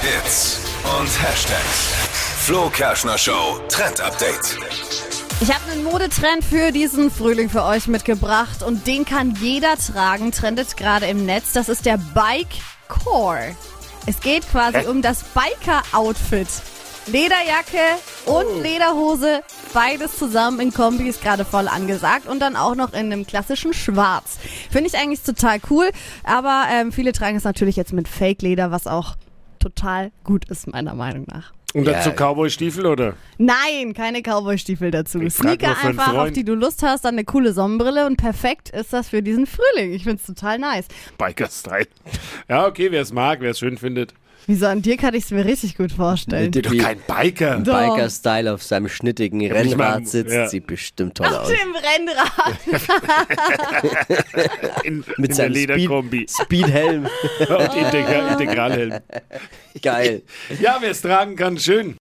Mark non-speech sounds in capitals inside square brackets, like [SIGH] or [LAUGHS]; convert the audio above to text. Hits und Hashtags. Flo Kerschner Show Trend Update. Ich habe einen Modetrend für diesen Frühling für euch mitgebracht und den kann jeder tragen, trendet gerade im Netz. Das ist der Bike Core. Es geht quasi um das Biker-Outfit. Lederjacke und Lederhose, beides zusammen in Kombi ist gerade voll angesagt und dann auch noch in einem klassischen Schwarz. Finde ich eigentlich total cool, aber ähm, viele tragen es natürlich jetzt mit Fake-Leder, was auch total gut ist meiner Meinung nach. Und dazu Ja. Cowboy-Stiefel, oder? Nein, keine Cowboy-Stiefel dazu. Ich frag Sneaker nur für einen einfach, auf Freund. die du Lust hast, dann eine coole Sonnenbrille und perfekt ist das für diesen Frühling. Ich find's total nice. Biker-Style. Ja, okay, wer es mag, wer es schön findet. Wieso an dir kann ich's mir richtig gut vorstellen. Doch kein Biker. Doch. Biker-Style auf seinem schnittigen ich mein, Rennrad sitzt, ja. sieht bestimmt toll Auf aus. dem Rennrad. In, Mit in der seinem Lederkombi. Speed [LAUGHS] Speedhelm. Und Integra Integralhelm. Geil. Ja, wer es tragen kann, schön.